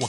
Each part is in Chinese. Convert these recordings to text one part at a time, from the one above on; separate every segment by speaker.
Speaker 1: 我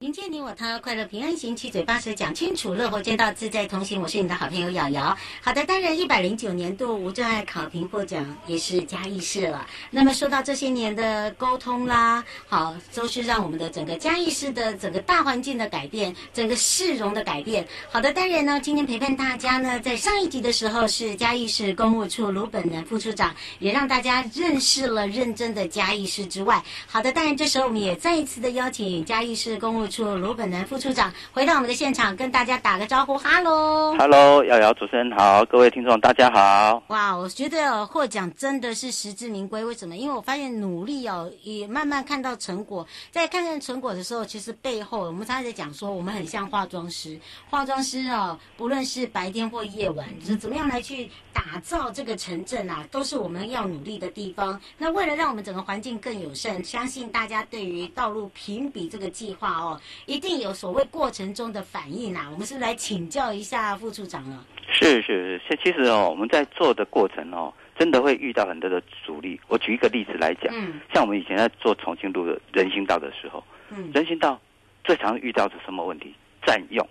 Speaker 2: 迎接你我他，快乐平安行，七嘴八舌讲清楚，乐活街道自在同行。我是你的好朋友瑶瑶。好的，当然一百零九年度无障碍考评获奖也是嘉义市了。那么说到这些年的沟通啦，好，都是让我们的整个嘉义市的整个大环境的改变，整个市容的改变。好的，当然呢，今天陪伴大家呢，在上一集的时候是嘉义市公务处卢本南副处长，也让大家认识了认真的嘉义市之外。好的，当然这时候我们也再一次的邀请嘉义市公务处卢本南副处长回到我们的现场，跟大家打个招呼，哈喽。
Speaker 3: Hello，瑶瑶主持人好，各位听众大家好。
Speaker 2: 哇，我觉得哦获奖真的是实至名归。为什么？因为我发现努力哦，也慢慢看到成果。在看见成果的时候，其实背后我们常常在讲说，我们很像化妆师。化妆师哦，不论是白天或夜晚，就是怎么样来去打造这个城镇啊，都是我们要努力的地方。那为了让我们整个环境更友善，相信大家对于道路评比这个计划哦，一定有所谓过程中的反应啊。我们是不是来请教一下副处长啊了？
Speaker 3: 是是是，其实哦，我们在做的过程哦，真的会遇到很多的阻力。我举一个例子来讲，
Speaker 2: 嗯
Speaker 3: 像我们以前在做重庆路的人行道的时候，
Speaker 2: 嗯，
Speaker 3: 人行道最常遇到的什么问题？占用，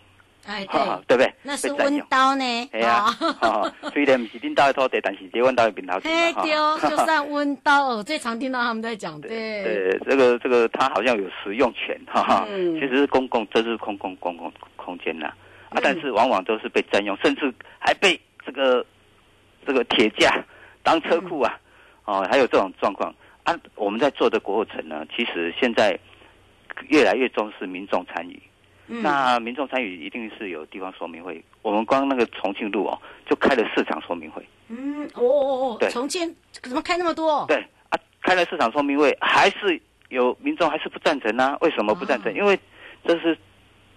Speaker 2: 哎，对。
Speaker 3: 哈，对不对？
Speaker 2: 那是
Speaker 3: 被占
Speaker 2: 温哦
Speaker 3: 用。
Speaker 2: 刀呢？
Speaker 3: 哎呀，哈，虽然不是领导的土地，但是这阮导的领导 地
Speaker 2: 嘿
Speaker 3: 嘛哈
Speaker 2: 丢，就算温刀哦，最常听到他们在讲，对，
Speaker 3: 对，这个这个它好像有使用权哈哈，
Speaker 2: 嗯
Speaker 3: 其实是公共，这是公共公共空间呐、啊
Speaker 2: 嗯，
Speaker 3: 但是往往都是被占用，甚至还被这个这个铁架当车库啊，哦，还有这种状况啊。我们在做的过程呢，其实现在越来越重视民众参与，
Speaker 2: 嗯，
Speaker 3: 那民众参与一定是有地方说明会，我们光那个重庆路哦，就开了市场说明会，
Speaker 2: 嗯，哦哦哦，
Speaker 3: 对
Speaker 2: 重庆怎么开那么多？
Speaker 3: 对啊，开了市场说明会，还是有民众还是不赞成啊？为什么不赞成？
Speaker 2: 哦
Speaker 3: 因为这是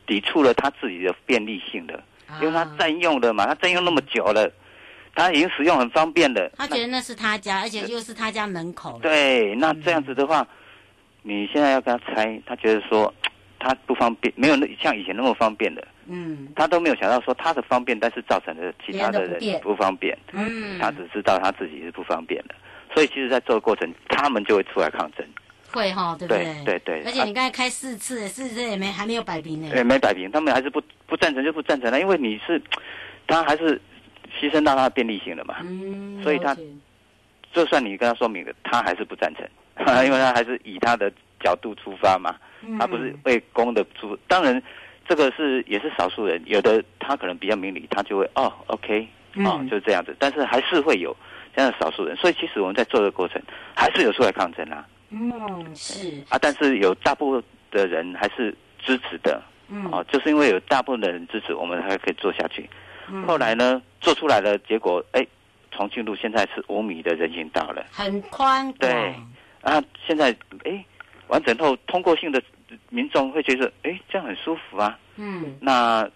Speaker 3: 抵触了他自己的便利性的，
Speaker 2: 啊，
Speaker 3: 因为他占用了嘛，他占用那么久了，他已经使用很方便了。
Speaker 2: 他觉得那是他家，而且又是他家门口
Speaker 3: 那
Speaker 2: 了，
Speaker 3: 对，那这样子的
Speaker 2: 嗯
Speaker 3: 话，你现在要跟他拆，他觉得说他不方便，没有那像以前那么方便的，
Speaker 2: 嗯
Speaker 3: 他都没有想到说他的方便，但是造成了其他
Speaker 2: 别
Speaker 3: 的
Speaker 2: 人的
Speaker 3: 人
Speaker 2: 不
Speaker 3: 不方便，
Speaker 2: 嗯，
Speaker 3: 他只知道他自己是不方便的，所以其实，在做的过程，他们就会出来抗争。
Speaker 2: 会哈，对不
Speaker 3: 对对对
Speaker 2: 而且你刚才开四次，四次也没还没有摆平
Speaker 3: 哎，
Speaker 2: 呢，
Speaker 3: 没摆平，他们还是不不赞成就不赞成了，因为你是，他还是牺牲到他的便利性了嘛。
Speaker 2: 嗯，
Speaker 3: 所以他
Speaker 2: 了解
Speaker 3: 就算你跟他说明了，他还是不赞成， 因为他还是以他的角度出发嘛，他不是
Speaker 2: 嗯
Speaker 3: 为公的出。当然，这个是也是少数人，有的他可能比较明理，他就会哦，OK，哦
Speaker 2: 嗯，
Speaker 3: 就这样子。但是还是会有这样的少数人，所以其实我们在做的过程还是有出来抗争啦、
Speaker 2: 嗯是
Speaker 3: 啊，啊，但是有大部分的人还是支持的，
Speaker 2: 嗯
Speaker 3: 哦，就是因为有大部分的人支持，我们才可以做下去。
Speaker 2: 嗯
Speaker 3: 后来呢，做出来了，结果哎，重庆路现在是五米的人行道了
Speaker 2: 很宽广，
Speaker 3: 对啊，现在哎，完整后通过性的民众会觉得哎，这样很舒服啊。
Speaker 2: 嗯
Speaker 3: 那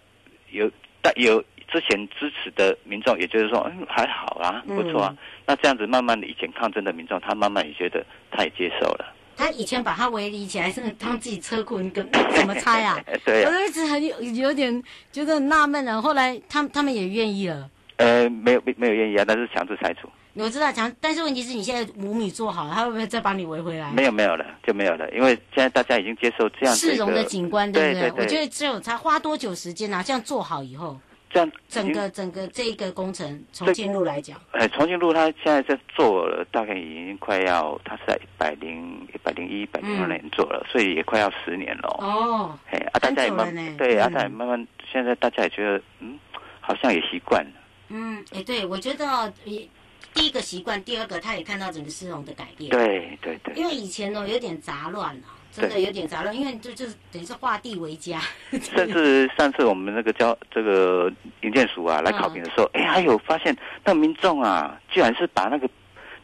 Speaker 3: 有但有之前支持的民众也觉得说，嗯，还好啊，不错啊。
Speaker 2: 嗯
Speaker 3: 那这样子慢慢的，以前抗争的民众，他慢慢也觉得他也接受了。
Speaker 2: 他以前把它围篱起来，是当自己车库，你 跟怎么拆啊？
Speaker 3: 哎，对、
Speaker 2: 我
Speaker 3: 啊，
Speaker 2: 都一直很有有点觉得很纳闷了。后来他们他们也愿意了，
Speaker 3: 呃，没有没没有愿意啊，但是强制拆除。
Speaker 2: 我知道强，但是问题是你现在母米做好了，他会不会再把你围回来？
Speaker 3: 没有没有了，就没有了，因为现在大家已经接受这样子
Speaker 2: 市
Speaker 3: 一个
Speaker 2: 容的景观，
Speaker 3: 对
Speaker 2: 不
Speaker 3: 对对
Speaker 2: 我觉得只有才花多久时间啊？这样做好以后，
Speaker 3: 这样
Speaker 2: 整
Speaker 3: 已经
Speaker 2: 个整个这一个工程重建路来讲，
Speaker 3: 呃重庆路，它现在在做了，大概已经快要，它是在一百零一百零一、一百零二年做了，所以也快要十年了哦。
Speaker 2: 嗯哦，
Speaker 3: 哎、啊，大家也慢
Speaker 2: 很久了呢
Speaker 3: 对，啊，
Speaker 2: 嗯
Speaker 3: 大家也慢慢，现在大家也觉得，嗯，好像也习惯了。
Speaker 2: 嗯，哎，对，我觉得哦也第一个习惯，第二个他也看到整个市容的改变，
Speaker 3: 对对对
Speaker 2: 因为以前呢有点杂乱啊，真的有点杂乱，因为这就是等于是画地为家。
Speaker 3: 甚至上次我们那个交这个营建署啊来
Speaker 2: 嗯
Speaker 3: 考评的时候，哎、还有发现那民众啊，居然是把那个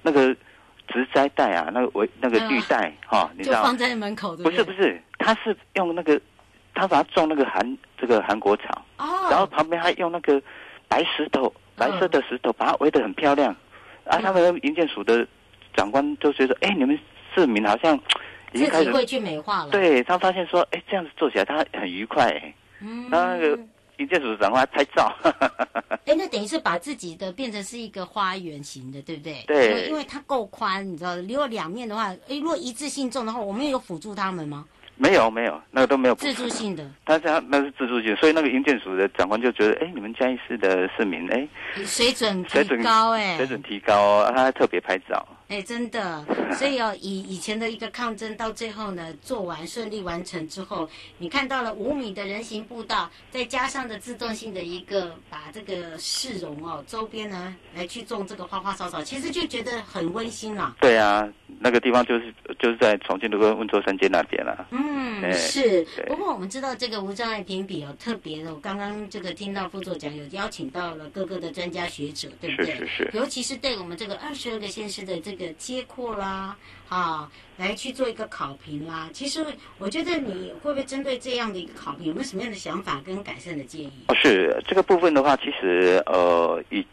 Speaker 3: 那个植栽带啊，那个围那个绿带哈、你
Speaker 2: 嗯
Speaker 3: 知
Speaker 2: 就
Speaker 3: 道
Speaker 2: 放？在门口，对
Speaker 3: 不
Speaker 2: 对？
Speaker 3: 是不是，他是用那个他把它种那个韩这个韩国草，
Speaker 2: 哦，
Speaker 3: 然后旁边还用那个白石头白色的石头把它围得很漂亮，啊，
Speaker 2: 嗯
Speaker 3: 他们营建署的长官就觉得，哎，你们市民好像已经开
Speaker 2: 自己
Speaker 3: 始。
Speaker 2: 会去美化了。，
Speaker 3: 对他发现说，哎，这样子做起来他很愉快、哎
Speaker 2: 嗯，
Speaker 3: 那那个营建署长官拍照，
Speaker 2: 哎，那等于是把自己的变成是一个花园型的，对不对？
Speaker 3: 对
Speaker 2: 因为因为它够宽，你知道，如果两面的话，哎，如果一次性种的话，我们有辅助他们吗？
Speaker 3: 没有没有，那个都没有补
Speaker 2: 自助
Speaker 3: 助，
Speaker 2: 性的，
Speaker 3: 他这样那是自助性，所以那个营建署的长官就觉得，哎，你们嘉义市的市民，哎，
Speaker 2: 水准
Speaker 3: 水
Speaker 2: 提
Speaker 3: 准
Speaker 2: 高，哎，
Speaker 3: 水准提高哦，啊他还特别拍照，
Speaker 2: 哎，真的，所以哦，以以前的一个抗争到最后呢，做完顺利完成之后，你看到了五米的人行步道，再加上的自动性的一个把这个市容哦周边呢来去种这个花花草草，其实就觉得很温馨啦。
Speaker 3: 对啊，那个地方就是就是在重庆的温州三街那边啊，
Speaker 2: 嗯，
Speaker 3: 哎
Speaker 2: 是。
Speaker 3: 对
Speaker 2: 不过我们知道这个无障碍评比哦，特别的，我刚刚这个听到副座讲有邀请到了各个的专家学者，对不
Speaker 3: 是
Speaker 2: 对？
Speaker 3: 是是
Speaker 2: 尤其是对我们这个二十二个县市的这个街廓啦，啊，来去做一个考评啦。其实我觉得你会不会针对这样的一个考评，有没有什么样的想法跟改善的建议？
Speaker 3: 哦，是这个部分的话，其实呃，以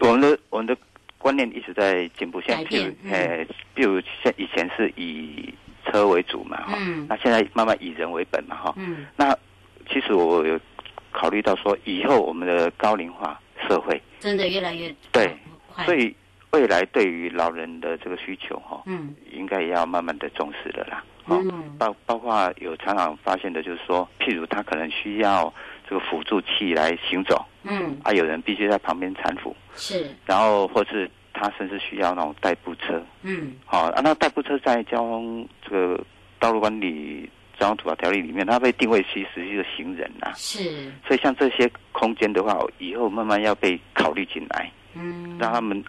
Speaker 3: 我们的我们的观念一直在进步，像
Speaker 2: 改
Speaker 3: 譬如
Speaker 2: 变嗯
Speaker 3: 呃，譬如像以前是以车为主嘛，哈、
Speaker 2: 嗯
Speaker 3: 那现在慢慢以人为本嘛，哈、
Speaker 2: 嗯
Speaker 3: 那其实我有考虑到说，以后我们的高龄化社会，
Speaker 2: 真的越来越
Speaker 3: 对
Speaker 2: 快，
Speaker 3: 所以未来对于老人的这个需求，哈、
Speaker 2: 嗯
Speaker 3: 应该也要慢慢的重视了啦。哦，
Speaker 2: 嗯
Speaker 3: 包包括有常常发现的，就是说，譬如他可能需要这个辅助器来行走，
Speaker 2: 嗯，
Speaker 3: 啊，有人必须在旁边搀扶，
Speaker 2: 是
Speaker 3: 然后或是他甚至需要那种代步车，
Speaker 2: 嗯
Speaker 3: 好、啊，那代步车在交通这个道路管理交通处罚条例里面，它被定位其实是一个行人呐、
Speaker 2: 是
Speaker 3: 所以像这些空间的话，以后慢慢要被考虑进来，
Speaker 2: 嗯
Speaker 3: 让他们，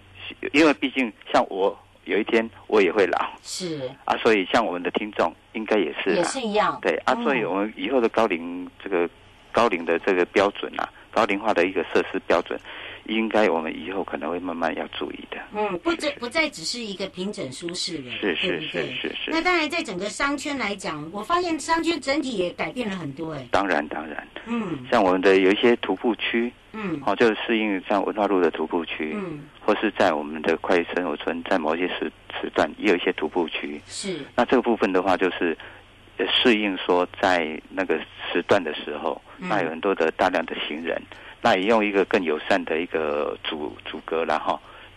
Speaker 3: 因为毕竟像我有一天我也会老
Speaker 2: 是
Speaker 3: 啊，所以像我们的听众应该也是
Speaker 2: 也
Speaker 3: 啦，
Speaker 2: 是一样
Speaker 3: 对啊
Speaker 2: 哦，
Speaker 3: 所以我们以后的高龄这个高龄的这个标准啊，高龄化的一个设施标准，应该我们以后可能会慢慢要注意的。
Speaker 2: 嗯，不再不再只是一个平整舒适了，
Speaker 3: 是
Speaker 2: 对
Speaker 3: 是
Speaker 2: 不
Speaker 3: 是
Speaker 2: 对？
Speaker 3: 是是，
Speaker 2: 那当然，在整个商圈来讲，我发现商圈整体也改变了很多、哎，
Speaker 3: 当然当然，
Speaker 2: 嗯
Speaker 3: 像我们的有一些徒步区，
Speaker 2: 嗯
Speaker 3: 哦，就是适应像文化路的徒步区，
Speaker 2: 嗯，
Speaker 3: 或是在我们的快意生活村，在某些时时段也有一些徒步区。
Speaker 2: 是
Speaker 3: 那这个部分的话，就是呃适应说在那个时段的时候，
Speaker 2: 嗯
Speaker 3: 那有很多的大量的行人，那也用一个更友善的一个阻阻隔啦，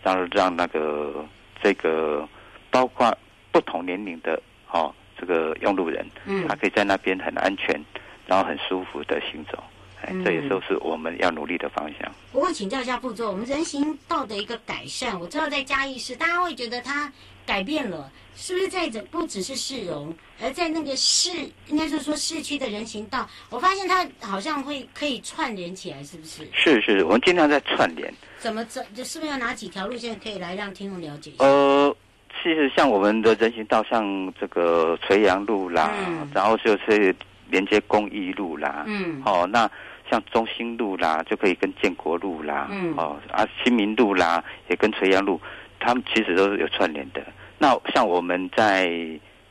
Speaker 3: 然后让让那个这个包括不同年龄的哦这个用路人，
Speaker 2: 嗯
Speaker 3: 他可以在那边很安全，然后很舒服的行走。哎
Speaker 2: 嗯，
Speaker 3: 这也都是我们要努力的方向。
Speaker 2: 不过请教一下副座，我们人行道的一个改善，我知道在嘉义市，大家会觉得它改变了，是不是在整不只是市容，而在那个市，应该是说市区的人行道，我发现它好像会可以串联起来，是不是？
Speaker 3: 是是，我们尽量在串联。
Speaker 2: 怎么这就是不是有哪几条路线可以来让听众了解一下？
Speaker 3: 呃，其实像我们的人行道，像这个垂杨路啦，
Speaker 2: 嗯
Speaker 3: 然后就是连接公益路啦，
Speaker 2: 嗯
Speaker 3: 哦，那像中兴路啦，就可以跟建国路啦，
Speaker 2: 嗯
Speaker 3: 哦啊新民路啦，也跟垂杨路，他们其实都是有串联的。那像我们在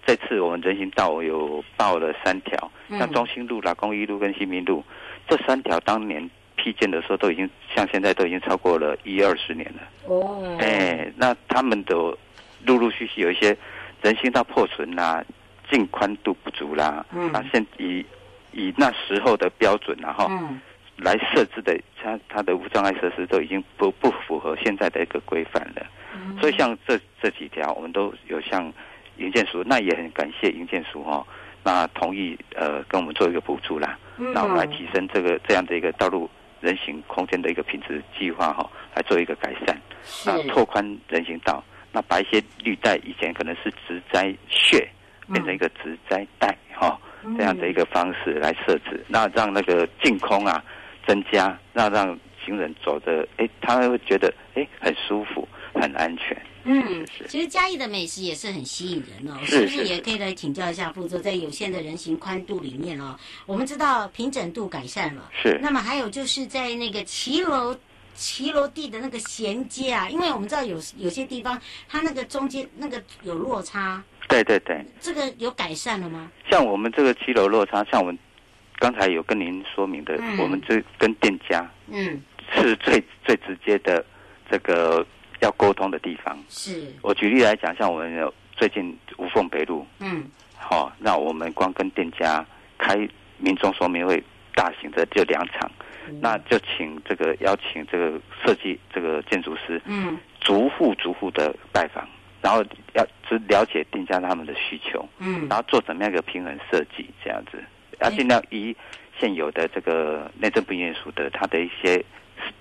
Speaker 3: 这次我们人行道有报了三条，
Speaker 2: 嗯
Speaker 3: 像中兴路啦、公益路跟新民路，这三条当年批建的时候都已经像现在都已经超过了一二十年了。
Speaker 2: 哦，
Speaker 3: 哎，那他们的陆陆续续有一些人行道破损啦、净宽度不足啦，
Speaker 2: 嗯
Speaker 3: 啊，现以以那时候的标准然后、
Speaker 2: 嗯
Speaker 3: 来设置的，它它的无障碍设施都已经不不符合现在的一个规范了。
Speaker 2: 嗯
Speaker 3: 所以像这这几条，我们都有向营建署，那也很感谢营建署哦，那同意呃跟我们做一个补助啦，
Speaker 2: 嗯
Speaker 3: 那我们来提升这个这样的一个道路人行空间的一个品质计划哈、哦，来做一个改善。
Speaker 2: 嗯是
Speaker 3: 那拓宽人行道，那把一些绿带以前可能是植栽穴，
Speaker 2: 嗯
Speaker 3: 变成一个植栽带哈、这样的一个方式来设置，那让那个净空啊增加，那让行人走着，哎，他会觉得哎很舒服，很安全。
Speaker 2: 嗯
Speaker 3: 是，
Speaker 2: 其实嘉义的美食也是很吸引人哦，
Speaker 3: 是
Speaker 2: 不是
Speaker 3: 是
Speaker 2: 也
Speaker 3: 是
Speaker 2: 可以来请教一下副座，在有限的人行宽度里面哦，我们知道平整度改善了，
Speaker 3: 是
Speaker 2: 那么还有就是在那个骑楼。骑楼地的那个衔接啊，因为我们知道有有些地方它那个中间那个有落差，
Speaker 3: 对对对，
Speaker 2: 这个有改善了吗？
Speaker 3: 像我们这个七楼落差，像我们刚才有跟您说明的，
Speaker 2: 嗯
Speaker 3: 我们这跟店家
Speaker 2: 嗯，
Speaker 3: 是最最直接的这个要沟通的地方。
Speaker 2: 是，
Speaker 3: 我举例来讲，像我们有最近无缝北路，
Speaker 2: 嗯
Speaker 3: 好、那我们光跟店家开民众说明会，大型的就两场，那就请这个邀请这个设计这个建筑师
Speaker 2: 嗯
Speaker 3: 逐户逐户的拜访，然后要只了解店家他们的需求，
Speaker 2: 嗯
Speaker 3: 然后做怎么样一个平衡设计，这样子，要
Speaker 2: 对
Speaker 3: 尽量依现有的这个内政部营业署的它的一些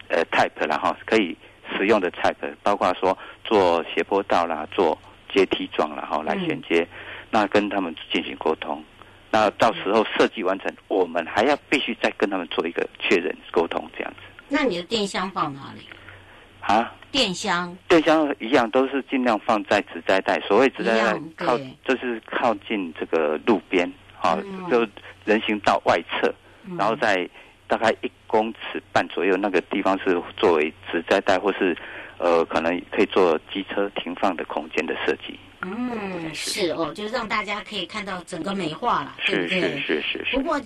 Speaker 3: 呃 type 然后可以使用的 type，包括说做斜坡道啦，做阶梯状然后来
Speaker 2: 嗯
Speaker 3: 衔接，那跟他们进行沟通。那到时候设计完成，我们还要必须再跟他们做一个确认沟通这样子
Speaker 2: 那你的电箱放哪里？
Speaker 3: 啊。
Speaker 2: 电箱，
Speaker 3: 对象一样都是尽量放在植栽带，所谓植栽
Speaker 2: 一
Speaker 3: 带
Speaker 2: 样
Speaker 3: 靠
Speaker 2: 对
Speaker 3: 就是靠近这个路边啊
Speaker 2: 嗯，
Speaker 3: 就人行道外侧，
Speaker 2: 嗯
Speaker 3: 然后在大概一公尺半左右那个地方是作为植栽带，或是呃可能可以做机车停放的空间的设计。
Speaker 2: 嗯，是哦，就是让大家可以看到整个美化了，对
Speaker 3: 是
Speaker 2: 不
Speaker 3: 是
Speaker 2: 对？
Speaker 3: 是是
Speaker 2: 不
Speaker 3: 是，
Speaker 2: 过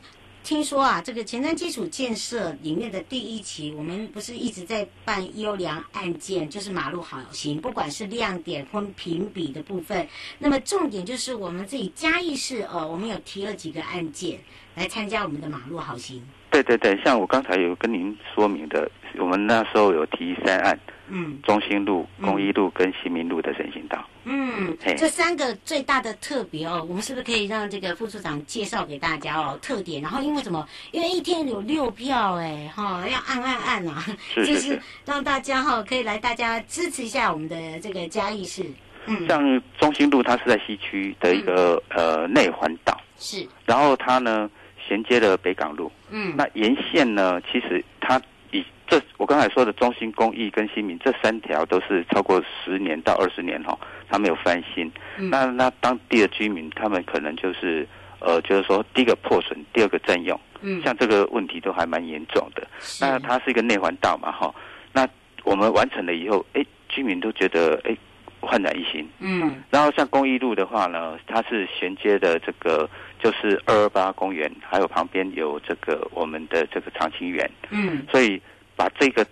Speaker 2: 听说啊，这个前瞻基础建设里面的第一期，我们不是一直在办优良案件，就是马路好行，不管是亮点或评比的部分。那么重点就是我们自己嘉义市哦，我们有提了几个案件来参加我们的马路好行。
Speaker 3: 对对对，像我刚才有跟您说明的，我们那时候有提三案：
Speaker 2: 嗯
Speaker 3: 中心路、
Speaker 2: 嗯
Speaker 3: 公益路跟新民路的人行道。
Speaker 2: 嗯
Speaker 3: 嘿，
Speaker 2: 这三个最大的特别哦，我们是不是可以让这个副处长介绍给大家哦特点？然后因为什么？因为一天有六票哎哈、要按按按啊。
Speaker 3: 是
Speaker 2: 就是
Speaker 3: 是
Speaker 2: 是。让大家哈可以来，大家支持一下我们的这个嘉义市。嗯，
Speaker 3: 像中心路，它是在西区的一个呃内环岛，
Speaker 2: 是，
Speaker 3: 然后它呢衔接了北港路。
Speaker 2: 嗯，
Speaker 3: 那沿线呢，其实它以这我刚才说的中心公益跟新民这三条都是超过十年到二十年哈、哦，它没有翻新。
Speaker 2: 嗯
Speaker 3: 那那当地的居民，他们可能就是呃，就是说第一个破损，第二个占用，
Speaker 2: 嗯，
Speaker 3: 像这个问题都还蛮严重的。
Speaker 2: 是
Speaker 3: 那它是一个内环道嘛哈、那我们完成了以后，哎，居民都觉得哎焕然一新。
Speaker 2: 嗯
Speaker 3: 然后像公益路的话呢，它是衔接的这个就是二二八公园，还有旁边有这个我们的这个长青园，
Speaker 2: 嗯
Speaker 3: 所以把这个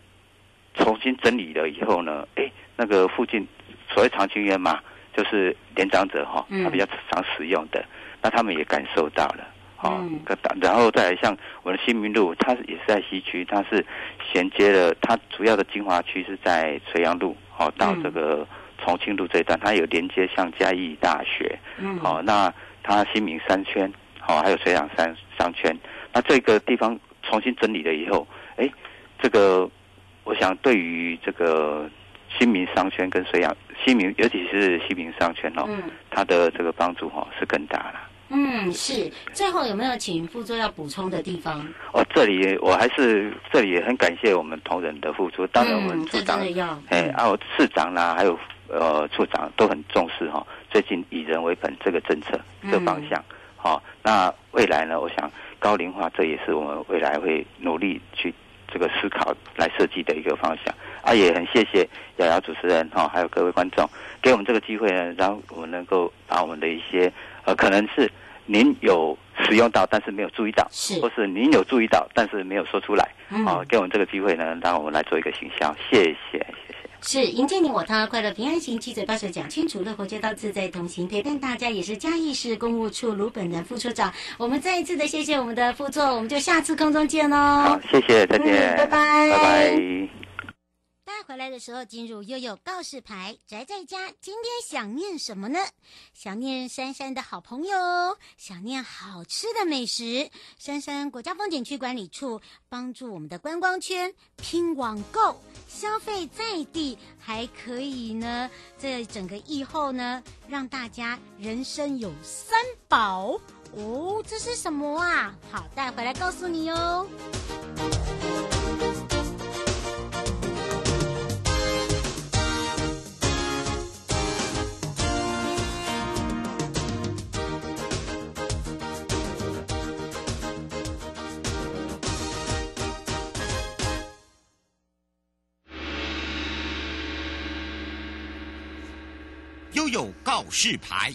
Speaker 3: 重新整理了以后呢，哎，那个附近所谓长青园嘛，就是年长者哈、
Speaker 2: 嗯
Speaker 3: 他比较常使用的，那他们也感受到了。哦
Speaker 2: 嗯，
Speaker 3: 可然后再来像我的新民路，它也是在西区，它是衔接了它主要的精华区是在垂杨路，哦，到
Speaker 2: 嗯
Speaker 3: 这个重庆路这一段，它有连接像嘉义大学，
Speaker 2: 嗯，
Speaker 3: 好、那它新民商圈，好、还有水养商商圈，那这个地方重新整理了以后，哎，这个我想对于这个新民商圈跟水养新民，尤其是新民商圈哦，
Speaker 2: 嗯
Speaker 3: 它的这个帮助哦是更大了。
Speaker 2: 嗯是。最后有没有请副座要补充的地方？
Speaker 3: 哦，这里我还是这里也很感谢我们同仁的付出，当然我们
Speaker 2: 嗯，
Speaker 3: 处
Speaker 2: 这真
Speaker 3: 长
Speaker 2: 的要，嗯
Speaker 3: 哎，还有市长啦，还有呃处长都很重视哈、最近以人为本这个政策
Speaker 2: 嗯
Speaker 3: 这个方向，好、那未来呢，我想高龄化这也是我们未来会努力去这个思考来设计的一个方向啊，也很谢谢瑶瑶主持人哈、还有各位观众给我们这个机会呢，让我们能够把我们的一些呃可能是您有使用到，但是没有注意到。
Speaker 2: 是
Speaker 3: 或，是您有注意到，但是没有说出来，
Speaker 2: 嗯
Speaker 3: 好、给我们这个机会呢，让我们来做一个行销，谢谢，谢谢。
Speaker 2: 是迎接你我他，快乐平安行，七嘴八舌讲清楚，乐活街道自在同行，陪伴大家也是嘉义市公务处卢本南副处长。我们再一次的谢谢我们的副座，我们就下次空中见喽。
Speaker 3: 好，谢谢，再见，
Speaker 2: 嗯拜拜
Speaker 3: 拜拜。
Speaker 4: 带回来的时候进入悠悠告示牌，宅在家今天想念什么呢？想念珊珊的好朋友哦，想念好吃的美食。珊珊国家风景区管理处帮助我们的观光圈拼网购，消费在地，还可以呢。这整个疫后呢，让大家人生有三宝哦，这是什么啊？好，带回来告诉你哦。
Speaker 1: 悠悠告示牌。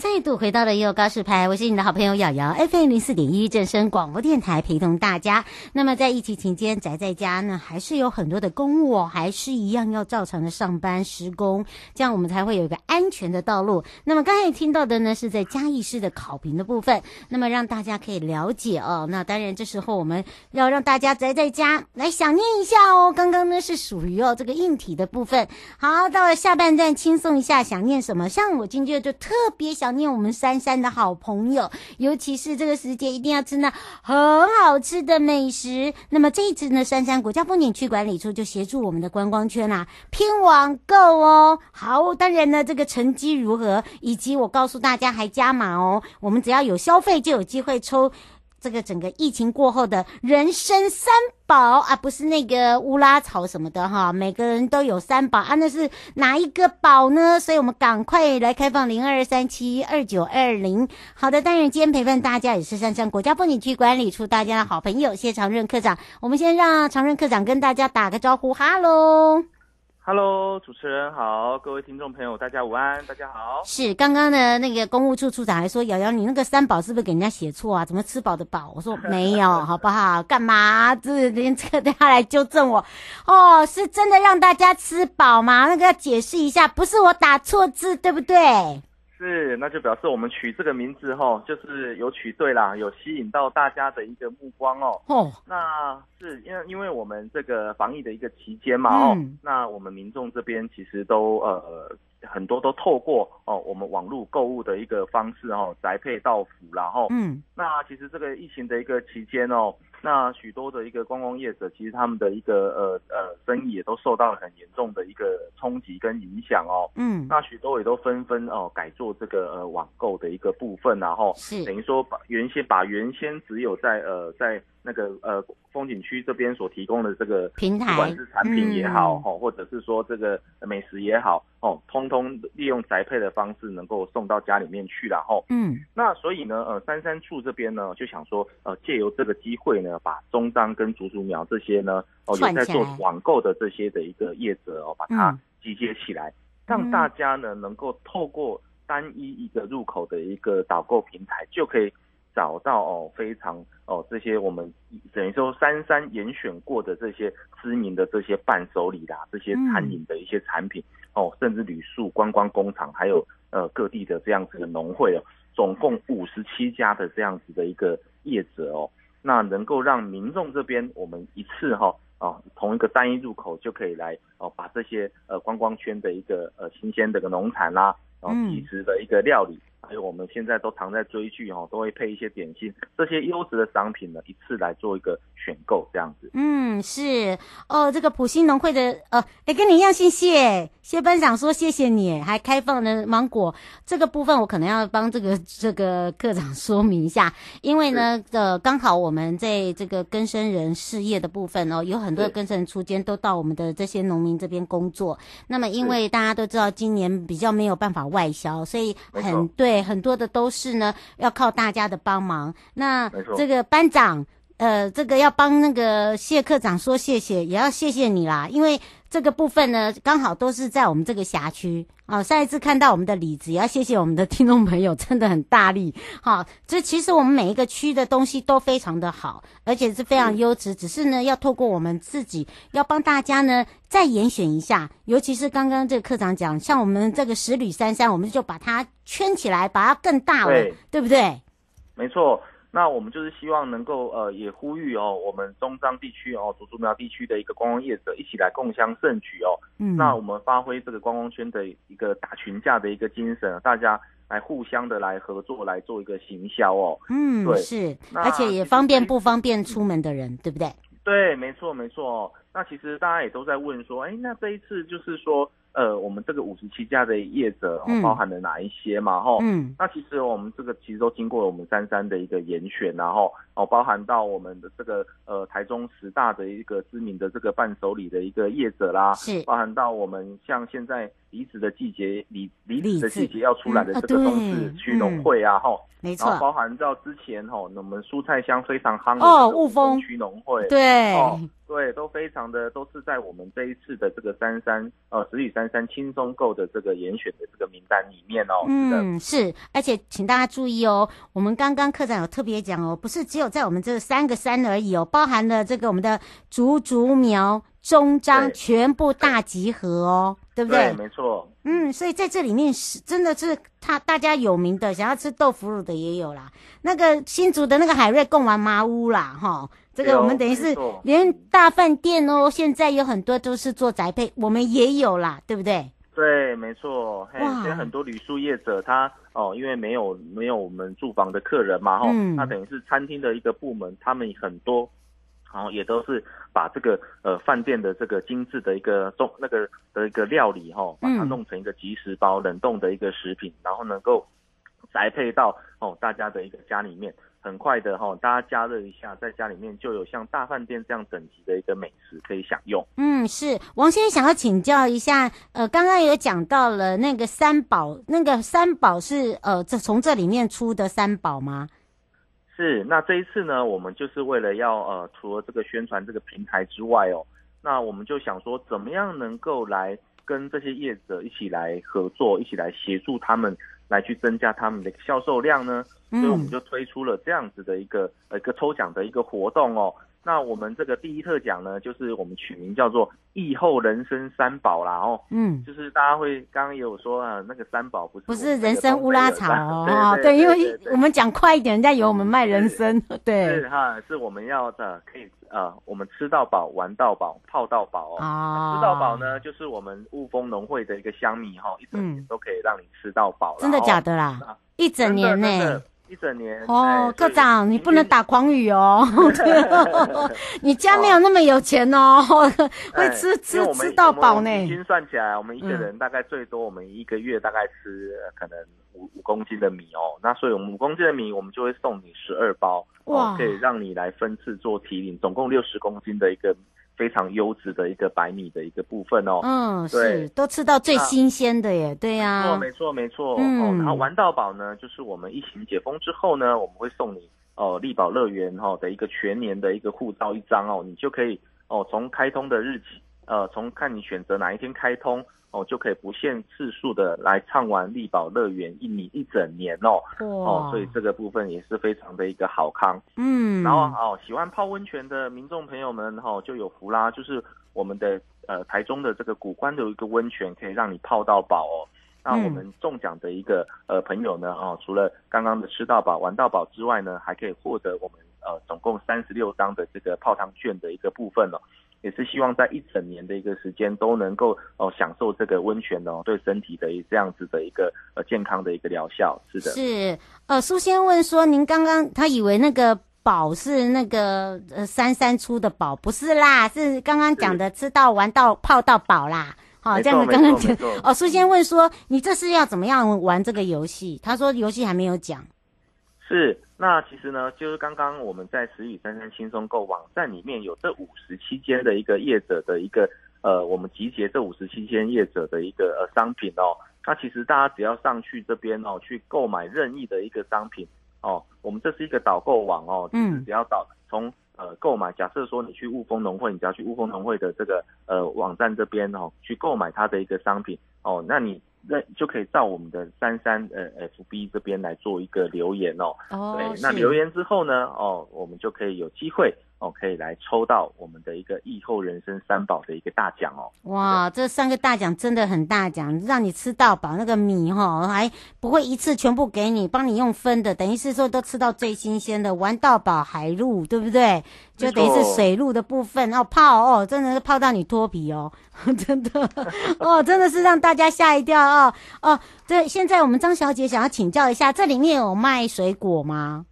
Speaker 2: 再度回到了也有告示牌，我是你的好朋友瑶瑶，FM 零四点一正声广播电台，陪同大家。那么在疫情期间宅在家呢，还是有很多的公务哦，还是一样要照常的上班施工，这样我们才会有一个安全的道路。那么刚才听到的呢，是在嘉义市的考评的部分，那么让大家可以了解哦。那当然这时候我们要让大家宅在家来想念一下哦。刚刚呢是属于哦这个硬体的部分，好，到了下半段轻松一下，想念什么？像我今天就特别想念我们珊珊的好朋友，尤其是这个时节一定要吃那很好吃的美食。那么这一次呢，珊珊国家风景区管理处就协助我们的观光圈啊，拼网购哦。好，当然呢，这个成绩如何，以及我告诉大家还加码哦，我们只要有消费就有机会抽。这个整个疫情过后的人生三宝啊，不是那个乌拉草什么的哈，每个人都有三宝啊，那是哪一个宝呢？所以我们赶快来开放零二三七二九二零。好的，当然今天陪伴大家也是珊珊国家风景区管理处大家的好朋友谢长润科长，我们先让长润科长跟大家打个招呼，哈喽。
Speaker 5: Hello，主持人好，各位听众朋友，大家午安，大家好。
Speaker 2: 是刚刚的那个公务处处长还说，瑶瑶你那个三宝是不是给人家写错啊？怎么吃饱的饱？我说没有，好不好？干嘛这连这个都要来纠正我？哦，是真的让大家吃饱吗？那个要解释一下，不是我打错字，对不对？
Speaker 5: 是，那就表示我们取这个名字吼，就是有取对啦，有吸引到大家的一个目光哦。
Speaker 2: 哦，
Speaker 5: 那是因为因为我们这个防疫的一个期间嘛哦，
Speaker 2: 嗯
Speaker 5: 那我们民众这边其实都呃很多都透过哦我们网络购物的一个方式哦宅配到府哦然后、
Speaker 2: 嗯，
Speaker 5: 那其实这个疫情的一个期间哦，那许多的一个观光业者，其实他们的一个呃呃生意也都受到了很严重的一个冲击跟影响哦。
Speaker 2: 嗯，
Speaker 5: 那许多也都纷纷哦改做这个呃网购的一个部分、然后等
Speaker 2: 是，
Speaker 5: 于说把原先把原先只有在呃在那个呃风景区这边所提供的这个
Speaker 2: 平台
Speaker 5: 不管是产品也好，
Speaker 2: 嗯
Speaker 5: 哦、或者是说这个呃美食也好，哦，通通利用宅配的方式能够送到家里面去，然后
Speaker 2: 嗯，
Speaker 5: 那所以呢，呃，三三处这边呢就想说，呃，借由这个机会呢，把中章跟竹竹苗这些呢，哦、
Speaker 2: 串
Speaker 5: 有
Speaker 2: 起来嗯
Speaker 5: 在做网购的这些的一个业者哦，把它集结起来，让大家呢能够透过单一一个入口的一个导购平台，就可以找到哦非常哦这些我们等于说三三严选过的这些知名的这些伴手礼啦，这些餐饮的一些产品、哦，甚至旅宿、观光工厂，还有呃各地的这样子的农会哦，总共五十七家的这样子的一个业者哦，那能够让民众这边我们一次哈、哦，同一个单一入口就可以来哦，把这些呃观光圈的一个呃新鲜的一个农产啦、然
Speaker 2: 嗯
Speaker 5: 后即食的一个料理，还有我们现在都常在追剧哦，都会配一些点心，这些优质的商品呢，一次来做一个选购这样子。
Speaker 2: 嗯，是哦，这个普兴农会的呃，哎，跟你一样，谢谢谢班长说谢谢你，还开放了芒果这个部分，我可能要帮这个这个科长 说明一下，因为呢，呃，刚好我们在这个更生人事业的部分哦，有很多
Speaker 5: 是
Speaker 2: 更生人出监都到我们的这些农民这边工作，那么，因为大家都知道今年比较没有办法外销，所以
Speaker 5: 没
Speaker 2: 很
Speaker 5: 错
Speaker 2: 对很多的都是呢要靠大家的帮忙。那
Speaker 5: 没错
Speaker 2: 这个班长，呃，这个要帮那个谢科长说谢谢，也要谢谢你啦，因为这个部分呢刚好都是在我们这个辖区。哦，上一次看到我们的李子，也要谢谢我们的听众朋友，真的很大力。好，这其实我们每一个区的东西都非常的好，而且是非常
Speaker 5: 嗯
Speaker 2: 优质，只是呢要透过我们自己，要帮大家呢再严选一下，尤其是刚刚这个科长讲，像我们这个十旅三三，我们就把它圈起来，把它更大了，
Speaker 5: 对
Speaker 2: 对不对？
Speaker 5: 没错，那我们就是希望能够呃，也呼吁哦，我们中彰地区哦，竹竹苗地区的一个观光业者一起来共襄盛举哦。
Speaker 2: 嗯，
Speaker 5: 那我们发挥这个观光圈的一个打群架的一个精神，啊大家来互相的来合作，来做一个行销哦。
Speaker 2: 嗯
Speaker 5: 对
Speaker 2: 是，
Speaker 5: 那
Speaker 2: 而且也方便不方便出门的人，对不对？
Speaker 5: 对，没错，没错哦。那其实大家也都在问说，哎，那这一次就是说，呃，我们这个五十七家的业者、哦
Speaker 2: 嗯
Speaker 5: 包含了哪一些嘛？哈、
Speaker 2: 嗯
Speaker 5: 那其实我们这个其实都经过了我们三三的一个严选，然后哦，包含到我们的这个呃台中十大的一个知名的这个伴手礼的一个业者啦，
Speaker 2: 是
Speaker 5: 包含到我们像现在梨子的季节，梨梨子的季节要出来
Speaker 2: 嗯
Speaker 5: 的这个冬至去农会啊，哈、
Speaker 2: 啊没
Speaker 5: 然后
Speaker 2: 错，
Speaker 5: 包含到之前哈、我们蔬菜香非常夯的
Speaker 2: 哦
Speaker 5: 这个
Speaker 2: 雾峰
Speaker 5: 区农会，
Speaker 2: 对，
Speaker 5: 哦，对，都非常的都是在我们这一次的这个三三呃十里三三轻松购的这个严选的这个名单里面哦，是的，
Speaker 2: 嗯，是，而且请大家注意哦，我们刚刚科长有特别讲哦，不是只有在我们这三个山而已哦，包含了这个我们的竹竹苗、中章
Speaker 5: 对
Speaker 2: 全部大集合哦，对不对？
Speaker 5: 没错，
Speaker 2: 嗯，所以在这里面是真的是他大家有名的，想要吃豆腐乳的也有啦，那个新竹的那个海瑞贡丸麻屋啦，哈，这
Speaker 5: 对
Speaker 2: 个
Speaker 5: 哦
Speaker 2: 我们等于是
Speaker 5: 没错
Speaker 2: 连大饭店哦，现在有很多都是做宅配，我们也有啦，对不对？
Speaker 5: 对，没错，嘿
Speaker 2: 哇，
Speaker 5: 所以很多旅宿业者他哦，因为没有没有我们住房的客人嘛，哈、
Speaker 2: 嗯
Speaker 5: 那等于是餐厅的一个部门，他们很多。然后也都是把这个呃饭店的这个精致的一个中那个的一个料理哈、把它
Speaker 2: 嗯
Speaker 5: 弄成一个即食包冷冻的一个食品，然后能够宅配到哦大家的一个家里面，很快的哈、大家加热一下，在家里面就有像大饭店这样等级的一个美食可以享用。
Speaker 2: 嗯，是王先生想要请教一下，呃，刚刚有讲到了那个三宝，那个三宝是呃，这从这里面出的三宝吗？
Speaker 5: 是，那这一次呢，我们就是为了要呃，除了这个宣传这个平台之外哦，那我们就想说，怎么样能够来跟这些业者一起来合作，一起来协助他们来去增加他们的销售量呢？所以我们
Speaker 2: 嗯
Speaker 5: 就推出了这样子的一个呃一个抽奖的一个活动哦。那我们这个第一特奖呢，就是我们取名叫做“疫后人生三宝”啦哦，
Speaker 2: 嗯，
Speaker 5: 就是大家会刚刚也有说啊，那个三宝不是
Speaker 2: 不
Speaker 5: 我
Speaker 2: 是
Speaker 5: 们那
Speaker 2: 人
Speaker 5: 个
Speaker 2: 参
Speaker 5: 东
Speaker 2: 乌
Speaker 5: 北
Speaker 2: 拉
Speaker 5: 有
Speaker 2: 草
Speaker 5: 三
Speaker 2: 哦，
Speaker 5: 对
Speaker 2: 因
Speaker 5: 对
Speaker 2: 为
Speaker 5: 对对
Speaker 2: 我们讲快一点，人家以为我们卖人参，对
Speaker 5: 是哈，是我们要的，可以呃，我们吃到饱，玩到饱，泡到饱哦。
Speaker 2: 啊，
Speaker 5: 吃到饱？呢，就是我们雾峰农会的一个香米哈、一整年
Speaker 2: 嗯
Speaker 5: 都可以让你吃到饱、
Speaker 2: 真的假
Speaker 5: 的？
Speaker 2: 的啦
Speaker 5: 啊？
Speaker 2: 一整年呢、
Speaker 5: 真的哎一整年
Speaker 2: 哦，科长，你不能。打诳语 哦！ 你家没有那么有钱哦，
Speaker 5: 哎
Speaker 2: 会
Speaker 5: 所
Speaker 2: 吃
Speaker 5: 以因
Speaker 2: 吃
Speaker 5: 为我们
Speaker 2: 吃到饱
Speaker 5: 我
Speaker 2: 呢
Speaker 5: 们。平均算起来，我们一个
Speaker 2: 嗯
Speaker 5: 人大概最多，我们一个月大概吃呃可能五五公斤的米哦。那所以我们五公斤的米，我们就会送你十二包，
Speaker 2: 哇
Speaker 5: 哦，可以让你来分次做提领，总共六十公斤的一个非常优质的一个白米的一个部分哦。
Speaker 2: 嗯，
Speaker 5: 对
Speaker 2: 是都吃到最
Speaker 5: 那
Speaker 2: 新鲜的耶，对呀、
Speaker 5: 错，没错，没错。
Speaker 2: 啊嗯
Speaker 5: 哦，然后玩到宝呢，就是我们疫情解封之后呢，我们会送你哦力宝乐园哈、哦、的一个全年的一个护照一张哦，你就可以哦从开通的日期，呃，从看你选择哪一天开通哦，就可以不限次数的来畅玩力宝乐园一年一整年哦哦，所以这个部分也是非常的一个好康。
Speaker 2: 嗯，
Speaker 5: 然后哦，喜欢泡温泉的民众朋友们哈、哦、就有福啦，就是我们的呃台中的这个古关的有一个温泉可以让你泡到饱哦。那
Speaker 2: 嗯
Speaker 5: 我们中奖的一个呃朋友呢哦，除了刚刚的吃到饱、玩到饱之外呢，还可以获得我们呃总共三十六张的这个泡汤券的一个部分哦。也是希望在一整年的一个时间都能够哦享受这个温泉哦，对身体的一这样子的一个呃健康的一个疗效，是的。
Speaker 2: 是呃，苏先问说，您刚刚他以为那个宝是那个呃三三出的宝，不是啦，是刚刚讲的吃到玩到泡到饱啦。好，
Speaker 5: 没
Speaker 2: 这
Speaker 5: 错
Speaker 2: 样子刚刚
Speaker 5: 没错
Speaker 2: 讲
Speaker 5: 没错
Speaker 2: 哦，苏先问说，你这是要怎么样玩这个游戏？他说游戏还没有讲。
Speaker 5: 是，那其实呢，就是刚刚我们在十语三三轻松购网站里面有这五十七间的一个业者的一个呃，我们集结这五十七间业者的一个呃商品哦。那其实大家只要上去这边哦，去购买任意的一个商品哦，我们这是一个导购网哦，
Speaker 2: 嗯
Speaker 5: 只要导从呃购买，假设说你去雾峰农会，你只要去雾峰农会的这个呃网站这边哦，去购买它的一个商品哦，那你那就可以到我们的三三呃 FB 这边来做一个留言哦。
Speaker 2: 哦
Speaker 5: 对，那
Speaker 2: 是
Speaker 5: 留言之后呢，哦，我们就可以有机会哦，可以来抽到我们的一个疫后人生三宝的一个大奖哦。
Speaker 2: 哇，这三个大奖真的很大奖，让你吃到饱。那个米哈还不会一次全部给你，帮你用分的，等于是说都吃到最新鲜的，玩到饱海陆，对不对？就
Speaker 5: 没错
Speaker 2: 等于是水陆的部分哦，泡哦，真的是泡到你脱皮哦， 真的哦，真的是让大家吓一跳哦哦。这现在我们张小姐想要请教一下，这里面有卖水果吗？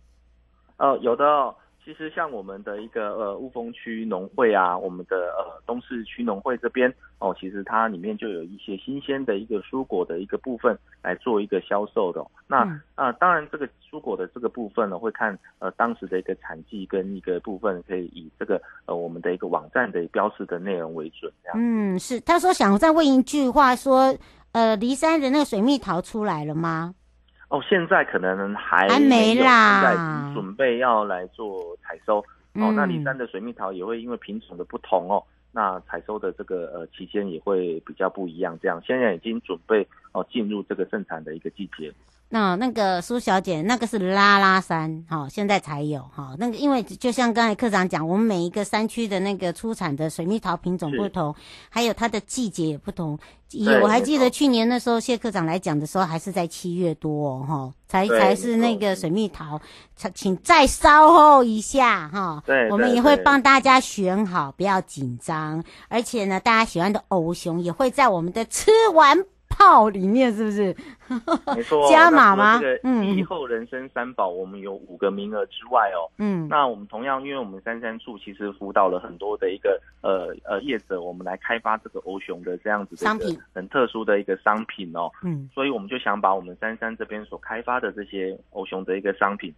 Speaker 5: 呃，有的、哦，其实像我们的一个呃雾峰区农会啊，我们的呃东市区农会这边哦，其实它里面就有一些新鲜的一个蔬果的一个部分来做一个销售的哦、那
Speaker 2: 嗯
Speaker 5: 啊、呃当然这个蔬果的这个部分呢，会看呃当时的一个产季跟一个部分，可以以这个呃我们的一个网站的标示的内容为准，这样。
Speaker 2: 嗯，是，他说想再问一句话说。呃骊山的那个水蜜桃出来了吗？
Speaker 5: 哦，现在可能还
Speaker 2: 还没
Speaker 5: 有
Speaker 2: 啦
Speaker 5: 现在准备要来做采收。哦，那骊山
Speaker 2: 嗯
Speaker 5: 的水蜜桃也会因为品种的不同哦，那采收的这个呃期间也会比较不一样。这样，现在已经准备哦进入这个盛产的一个季节。
Speaker 2: 那、那个苏小姐，那个是拉拉山，哈、现在才有哈、那个因为就像刚才科长讲，我们每一个山区的那个出产的水蜜桃品种
Speaker 5: 是
Speaker 2: 不同，还有它的季节也不同。也
Speaker 5: 对
Speaker 2: 我还记得
Speaker 5: 没错
Speaker 2: 去年那时候谢科长来讲的时候，还是在七月多哦，哈、才
Speaker 5: 对
Speaker 2: 才是
Speaker 5: 没错
Speaker 2: 那个水蜜桃，才请再稍后一下哈。
Speaker 5: 对
Speaker 2: 我们
Speaker 5: 对
Speaker 2: 也会
Speaker 5: 对
Speaker 2: 帮大家选好，不要紧张。而且呢，大家喜欢的欧熊也会在我们的吃完泡里面，是不是？
Speaker 5: 没错，
Speaker 2: 哦加码吗
Speaker 5: 那除了这
Speaker 2: 嗯
Speaker 5: 个疫后人生三宝，我们有五个名额之外哦，
Speaker 2: 嗯，
Speaker 5: 那我们同样，因为我们三山处其实辅导了很多的一个呃呃业者，我们来开发这个欧熊的这样子的
Speaker 2: 商
Speaker 5: 一个
Speaker 2: 品
Speaker 5: 很特殊的一个商品哦，
Speaker 2: 嗯
Speaker 5: 所以我们就想把我们三山这边所开发的这些欧熊的一个商品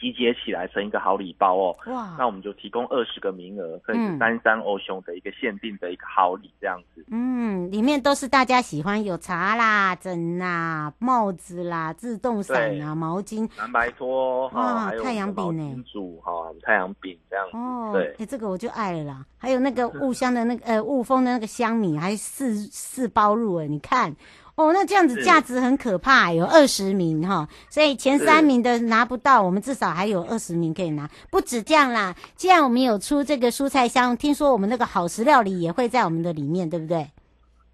Speaker 5: 集结起来成一个好礼包哦。
Speaker 2: 哇，
Speaker 5: 那我们就提供二十个名额，甚
Speaker 2: 啊嗯
Speaker 5: 至三山欧熊的一个限定的一个好礼这样子。
Speaker 2: 嗯，里面都是大家喜欢，有茶啦、枕啦、帽子啦、自动伞啊、
Speaker 5: 对
Speaker 2: 毛巾。
Speaker 5: 蓝白拖
Speaker 2: 哇
Speaker 5: 哈，还有
Speaker 2: 哦太阳饼
Speaker 5: 毛
Speaker 2: 呢
Speaker 5: 巾组哈，太阳饼这样子。
Speaker 2: 哦，
Speaker 5: 对
Speaker 2: 哎、，这个我就爱了啦。还有那个雾香的那个呃雾峰的那个香米，还四四包入哎，你看。哦，那这样子
Speaker 5: 是
Speaker 2: 价值很可怕，有二十名哈，所以前
Speaker 5: 是
Speaker 2: 三名的拿不到，我们至少还有二十名可以拿。不止这样啦，既然我们有出这个蔬菜箱，听说我们那个好食料理也会在我们的里面，对不对？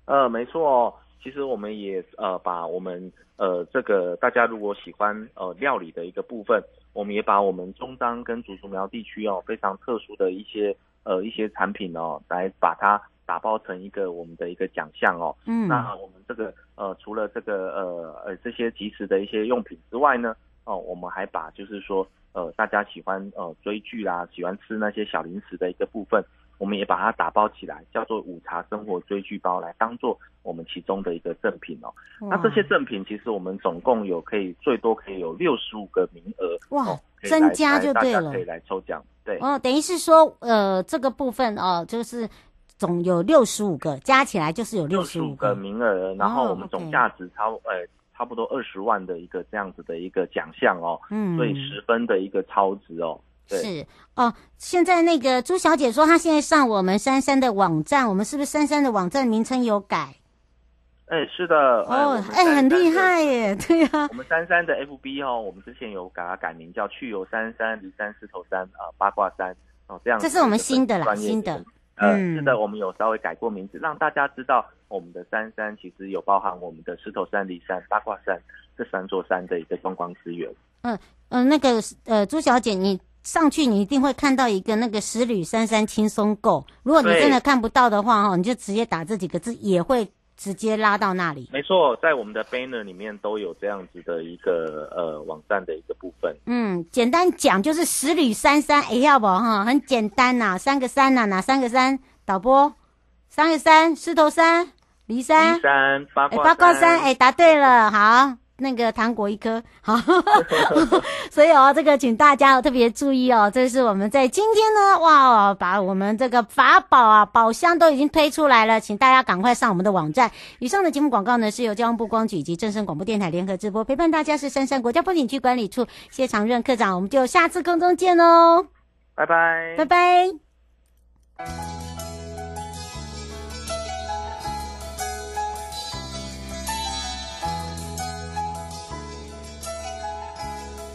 Speaker 5: 呃，没错哦，其实我们也呃把我们呃这个大家如果喜欢呃料理的一个部分，我们也把我们中彰跟竹竹苗地区哦非常特殊的一些呃一些产品哦，来把它打包成一个我们的一个奖项哦。
Speaker 2: 嗯，
Speaker 5: 那我们这个呃除了这个呃呃这些即时的一些用品之外呢，哦、我们还把就是说呃大家喜欢呃追剧啦，喜欢吃那些小零食的一个部分。我们也把它打包起来，叫做午茶生活追剧包，来当做我们其中的一个赠品哦。那这些
Speaker 2: 哇
Speaker 5: 赠品其实我们总共有可以最多可以有六十五个名额
Speaker 2: 哇
Speaker 5: 哦可以来
Speaker 2: 增加
Speaker 5: 来
Speaker 2: 就
Speaker 5: 大
Speaker 2: 对
Speaker 5: 家
Speaker 2: 了
Speaker 5: 可以来抽奖。对，
Speaker 2: 哦，等于是说，呃，这个部分哦，就是总有六十五个，加起来就是有六十
Speaker 5: 五
Speaker 2: 五
Speaker 5: 个
Speaker 2: 个。
Speaker 5: 名额，然后
Speaker 2: 哦
Speaker 5: 我们总
Speaker 2: OK
Speaker 5: 价值超呃差不多二十万的一个这样子的一个奖项哦，
Speaker 2: 嗯
Speaker 5: 所以十分的一个超值哦。对
Speaker 2: 是哦。现在那个朱小姐说，她现在上我们珊珊的网站，我们是不是珊珊的网站名称有改？
Speaker 5: 哎，是的，呃
Speaker 2: 哦，哎、很厉。害耶，对啊，
Speaker 5: 我们珊珊的我们珊珊的 FB 哦，我们之前有给它改名叫去游珊珊、离山四头山啊、八卦山哦，这样子
Speaker 2: 这是我们新的啦，
Speaker 5: 专业
Speaker 2: 新的。
Speaker 5: 呃，
Speaker 2: 嗯
Speaker 5: 是的，我们有稍微改过名字，让大家知道我们的三山其实有包含我们的石头山、骊山、八卦山这三座山的一个观光资源。
Speaker 2: 嗯、那个呃，朱小姐，你上去你一定会看到一个那个十旅三三轻松购。如果你
Speaker 5: 对
Speaker 2: 真的看不到的话，哈、哦，你就直接打这几个字，也会直接拉到那里。
Speaker 5: 没错，在我们的 banner 里面都有这样子的一个呃网站的一个部分。
Speaker 2: 嗯，简单讲就是十旅三三，哎，要不哈，很简单呐、三个山呐、哪三个山？导播，三个山，狮头山、骊山
Speaker 5: 骊、山、八
Speaker 2: 哎，
Speaker 5: 卦
Speaker 2: 八卦山，哎，答对了，好，那个糖果一颗， 好，所以哦，这个请大家哦特别注意哦，这是我们在今天呢，哇哦，把我们这个法宝啊宝箱都已经推出来了，请大家赶快上我们的网站。以上的节目广告呢是由交通部光局以及正声广播电台联合直播，陪伴大家是深山国家风景区管理处谢长任科长，我们就下次空中见喽，
Speaker 5: 拜拜，
Speaker 2: 拜拜。